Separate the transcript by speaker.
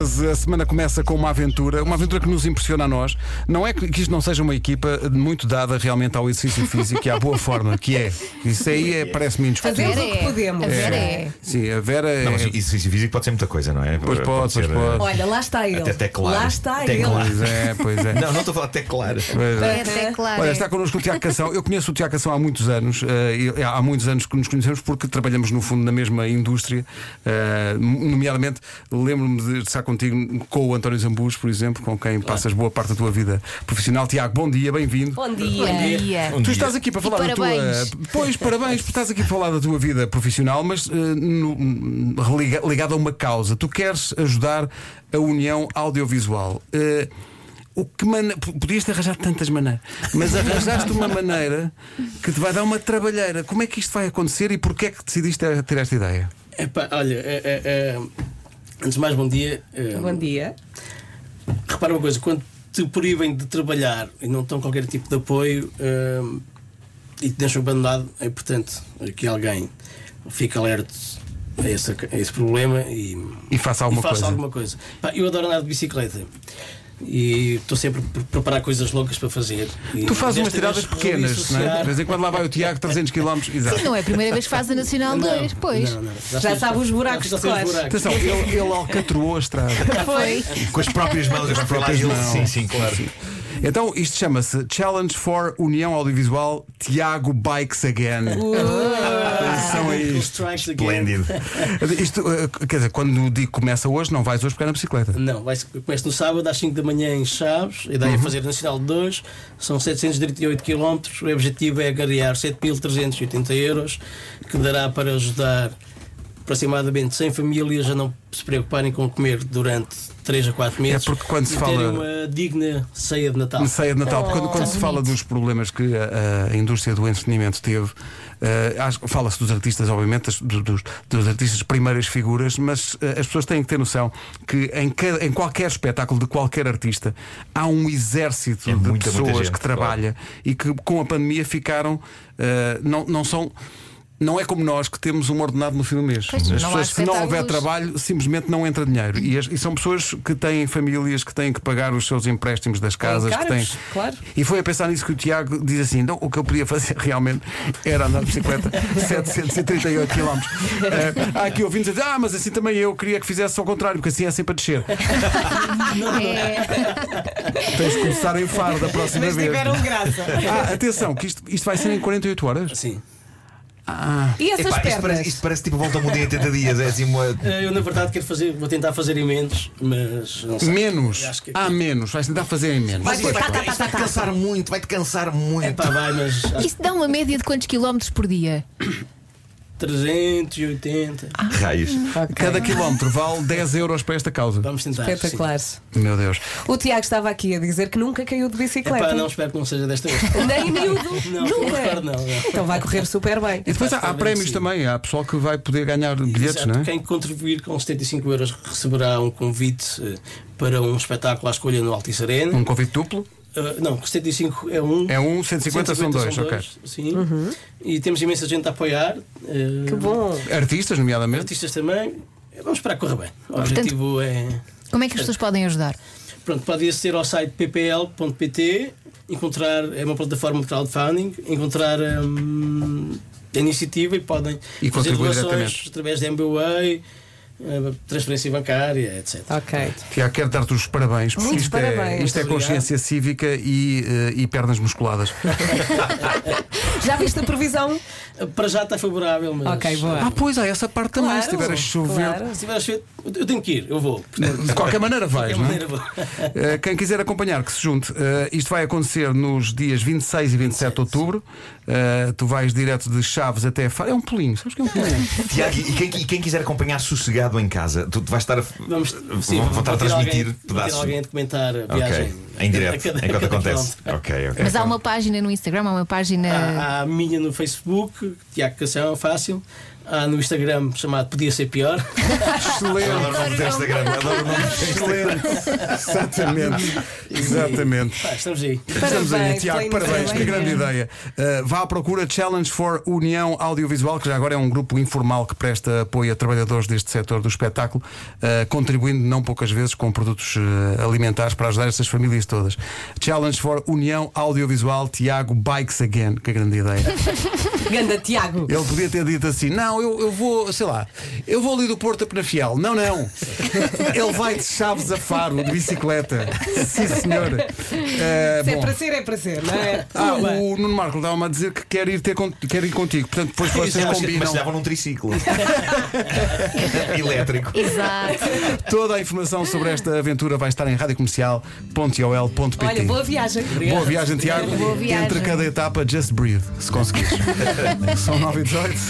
Speaker 1: A semana começa com uma aventura, uma aventura que nos impressiona a nós. Não é que que isto não seja uma equipa muito dada realmente ao exercício físico e à boa forma, que é. Isso aí é, parece-me indiscutível.
Speaker 2: Fazemos o que podemos.
Speaker 3: A Vera é.
Speaker 1: Sim, a Vera é.
Speaker 4: Não, mas exercício físico pode ser muita coisa, não é?
Speaker 1: Pois pode, pois
Speaker 4: ser,
Speaker 1: pode.
Speaker 4: eh,
Speaker 2: Olha, lá está ele.
Speaker 4: Até teclar.
Speaker 2: Lá está ele.
Speaker 4: Teclar.
Speaker 1: Pois é, pois é.
Speaker 4: Não, não estou a falar de teclar.
Speaker 1: Pois é.
Speaker 3: É até claro.
Speaker 1: Olha, está connosco o Tiago Cação. Eu conheço o Tiago Cação há muitos anos. eh, e há muitos anos que nos conhecemos porque trabalhamos, no fundo, na mesma indústria. eh, nomeadamente, lembro-me de estar contigo com o António Zambus, por exemplo, com quem passas boa parte da tua vida profissional. Tiago, bom dia, bem-vindo.
Speaker 2: Bom
Speaker 3: Bom
Speaker 2: dia.
Speaker 3: dia.
Speaker 1: Tu
Speaker 4: Um dia.
Speaker 1: estás aqui para falar da tua.
Speaker 3: parabéns.
Speaker 1: Pois, parabéns, porque estás aqui para falar da tua vida profissional, mas eh, no- religa- ligada a uma causa. Tu queres ajudar a União Audiovisual. Eh, o que mane- p- Podias te arranjar tantas maneiras, mas arranjaste uma maneira que te vai dar uma trabalheira. Como é que isto vai acontecer e porquê é que decidiste ter- ter esta ideia?
Speaker 5: Epá, olha, é- é- é, antes de mais, bom dia. É,
Speaker 2: Bom dia.
Speaker 5: Repara uma coisa: quando te proíbem de trabalhar e não estão qualquer tipo de apoio é, e te deixam abandonado, é importante que alguém fique alerta a esse, a esse problema e,
Speaker 1: E faça alguma
Speaker 5: e faça
Speaker 1: coisa.
Speaker 5: alguma coisa. Pá, eu adoro andar de bicicleta. E estou sempre a pre- preparar coisas loucas para fazer. E
Speaker 1: Tu fazes umas
Speaker 5: desta vez
Speaker 1: tiradas
Speaker 5: resolvi
Speaker 1: pequenas, não é?
Speaker 5: associar-
Speaker 1: De vez em quando lá vai o Tiago, 300 km. Exato.
Speaker 3: Não é a primeira vez que faz a Nacional 2, pois.
Speaker 5: Não, não,
Speaker 2: Já
Speaker 5: sei-
Speaker 2: sabe os buracos
Speaker 5: já
Speaker 2: de
Speaker 5: sei os
Speaker 2: cor.
Speaker 5: buracos.
Speaker 1: Atenção, ele, ele alcatroou a estrada.
Speaker 3: Foi.
Speaker 4: Com as próprias mãos, eu já fui lá e ele.
Speaker 1: mãos.
Speaker 4: Sim, sim, claro.
Speaker 1: Então, isto chama-se Challenge for União Audiovisual Tiago Bikes Again. Atenção a isto.
Speaker 5: Ah, Strikes again.
Speaker 4: Esplêndido.
Speaker 1: Isto, eh, quer dizer, quando digo começa hoje, não vais hoje pegar na bicicleta.
Speaker 5: Não, vai começa no sábado às 5 da manhã em Chaves, a
Speaker 1: Uhum.
Speaker 5: ideia é fazer Nacional 2, são 738 km, o objetivo é agariar 7.380 euros, que dará para ajudar aproximadamente 100 famílias a não se preocuparem com comer durante 3 a 4 meses
Speaker 1: É porque quando se
Speaker 5: e terem
Speaker 1: fala-
Speaker 5: uma digna ceia de Natal.
Speaker 1: Na ceia de Natal, porque quando, quando
Speaker 3: tão
Speaker 1: se fala
Speaker 3: Oh, tá bonito.
Speaker 1: dos problemas que a, a indústria do entretenimento teve, eh, acho que fala-se dos artistas, obviamente, das- do- dos, dos artistas primeiras figuras, mas eh, as pessoas têm que ter noção que em, cada- em qualquer espetáculo de qualquer artista há um exército
Speaker 4: É
Speaker 1: de
Speaker 4: muita, muita
Speaker 1: pessoas
Speaker 4: gente,
Speaker 1: que
Speaker 4: claro.
Speaker 1: trabalha e que com a pandemia ficaram. eh, não, não são. Não é como nós que temos um ordenado no fim do mês.
Speaker 3: Pois,
Speaker 1: As
Speaker 3: não há
Speaker 1: pessoas, se não houver
Speaker 3: espetáculos.
Speaker 1: trabalho trabalho, simplesmente não entra dinheiro. E, as- e são pessoas que têm famílias, que têm que pagar os seus empréstimos das casas, que têm.
Speaker 2: encargos, claro.
Speaker 1: E foi a pensar nisso que o Tiago diz assim: não, o que eu podia fazer realmente era andar de bicicleta 738 km. há aqui ouvintes a dizer: ah, mas assim também eu queria que fizesse ao contrário, porque assim é sempre a descer.
Speaker 3: É.
Speaker 1: Tens de começar em faro da próxima
Speaker 2: Mas
Speaker 1: vez.
Speaker 2: tiveram um- graça.
Speaker 1: Ah, atenção, que isto, isto vai ser em 48 horas.
Speaker 5: Sim.
Speaker 2: E essas
Speaker 4: Epá, isto,
Speaker 2: pernas?
Speaker 4: parece, isto parece tipo a volta ao mundo em 80 dias. É assim uma.
Speaker 5: Eh, Eu, na verdade, quero fazer, vou tentar fazer emendos, mas não sei.
Speaker 1: Menos.
Speaker 5: Acho que-
Speaker 1: Há menos. Vais tentar fazer em menos.
Speaker 4: Mas isto vai, isto vai te cansar muito, vai te cansar muito.
Speaker 5: Epá, vai, mas acho que
Speaker 3: Isso dá uma média de quantos quilómetros por dia?
Speaker 5: 380.
Speaker 4: Raios.
Speaker 1: Cada quilómetro vale 10 euros para esta causa.
Speaker 5: Vamos tentar. sim.
Speaker 2: Espetacular.
Speaker 1: Meu Deus.
Speaker 2: O Tiago estava aqui a dizer que nunca caiu de bicicleta.
Speaker 5: Epá, É não, espero que não seja desta vez.
Speaker 2: Nem miúdo.
Speaker 5: Não,
Speaker 2: nunca.
Speaker 5: claro, não, não.
Speaker 2: Então vai correr super bem.
Speaker 1: E depois há, há
Speaker 5: Exatamente,
Speaker 1: prémios
Speaker 5: sim.
Speaker 1: também, há pessoal que vai poder ganhar bilhetes,
Speaker 5: Exato.
Speaker 1: não é?
Speaker 5: Quem contribuir com 75 euros receberá um convite eh, para um espetáculo à escolha no Altice Arena.
Speaker 1: Um convite duplo.
Speaker 5: Eh, não, 75 é um.
Speaker 1: É um, 150, são dois,
Speaker 5: Sim. E temos imensa gente a apoiar. eh,
Speaker 2: Uhum. Que bom.
Speaker 1: Artistas, nomeadamente.
Speaker 5: Artistas também. Vamos esperar que corra bem. O objetivo é.
Speaker 3: Como é que as pessoas podem ajudar?
Speaker 5: Pronto, pode aceder ao site ppl.pt, encontrar. É uma plataforma de crowdfunding, encontrar. hum, a iniciativa e podem
Speaker 1: E
Speaker 5: fazer
Speaker 1: contribuir
Speaker 5: doações
Speaker 1: diretamente.
Speaker 5: através da MBWay, eh, transferência bancária, etc.
Speaker 2: Ok.
Speaker 1: Tiago, quero dar-te os parabéns, porque
Speaker 2: Muitos
Speaker 1: isto, É,
Speaker 2: parabéns.
Speaker 1: isto é
Speaker 5: Obrigado.
Speaker 1: consciência cívica e, eh, e pernas musculadas.
Speaker 2: Já viste a previsão?
Speaker 5: Para já está favorável, mas.
Speaker 2: Ok, boa.
Speaker 1: Ah, pois há essa parte também,
Speaker 2: Claro,
Speaker 1: se estiver a chover.
Speaker 2: claro.
Speaker 5: Se tiver a chover, eu tenho que ir, eu vou. Portanto,
Speaker 1: De qualquer maneira vais,
Speaker 5: de
Speaker 1: não é?
Speaker 5: maneira vou.
Speaker 4: Hum?
Speaker 1: Eh, Quem quiser acompanhar, que se junte. Eh, Isto vai acontecer nos dias 26 e 27 de outubro. Eh, Tu vais direto de Chaves até Faro. É um pulinho, sabes que é um pulinho?
Speaker 4: Tiago, e quem, e quem quiser acompanhar sossegado em casa, tu, tu vais estar a.
Speaker 5: Vamos sim,
Speaker 4: vão estar a
Speaker 5: vou ter
Speaker 4: transmitir
Speaker 5: alguém, vou ter
Speaker 4: pedaços.
Speaker 5: alguém a documentar a viagem.
Speaker 4: ok. Em direto,
Speaker 5: A cada- a
Speaker 4: enquanto
Speaker 5: cada
Speaker 4: acontece.
Speaker 5: quilómetro.
Speaker 4: Ok, ok.
Speaker 3: Mas
Speaker 5: Então.
Speaker 2: É.
Speaker 3: há
Speaker 5: Ah,
Speaker 3: uma página no Instagram, há uma página.
Speaker 5: Há, há a minha no Facebook, Tiago Cação, é fácil. há no Instagram chamado Podia Ser Pior.
Speaker 4: Eu
Speaker 1: Excelente.
Speaker 4: adoro o nome do Instagram. eu Adoro o nome do
Speaker 1: Excelente. Exatamente. Exatamente.
Speaker 5: Pá, estamos aí.
Speaker 1: Estamos aí,
Speaker 2: Parabéns,
Speaker 1: Tiago,
Speaker 2: Plínio,
Speaker 1: parabéns, que
Speaker 2: parabéns.
Speaker 1: grande ideia. Uh, vá à procura Challenge for União Audiovisual, que já agora é um grupo informal que presta apoio a trabalhadores deste setor do espetáculo, uh, contribuindo não poucas vezes com produtos uh, alimentares para ajudar estas famílias todas. Challenge for União Audiovisual, Tiago Bikes Again, que grande ideia.
Speaker 2: Ganda Tiago.
Speaker 1: Ele podia ter dito assim: não, eu, eu vou, sei lá, eu vou ali do Porto a Penafiel. Não, não. Ele vai de Chaves a Faro, de bicicleta. Sim, senhor. Uh,
Speaker 2: Se é
Speaker 1: bom.
Speaker 2: para ser, é para ser, não é?
Speaker 1: Ah,
Speaker 5: Tudo bem.
Speaker 1: o Nuno Marco estava-me a dizer que quer ir, ter con- quer ir contigo. Portanto, depois vocês
Speaker 4: Mas- Mas
Speaker 1: combinam.
Speaker 4: davam num triciclo elétrico.
Speaker 3: Exato.
Speaker 1: Toda a informação sobre esta aventura vai estar em radiocomercial.ol.pt.
Speaker 2: Olha, boa viagem.
Speaker 1: Boa viagem, Tiago.
Speaker 3: Boa viagem.
Speaker 1: Entre cada etapa, just breathe, se conseguires. São 9 e 18.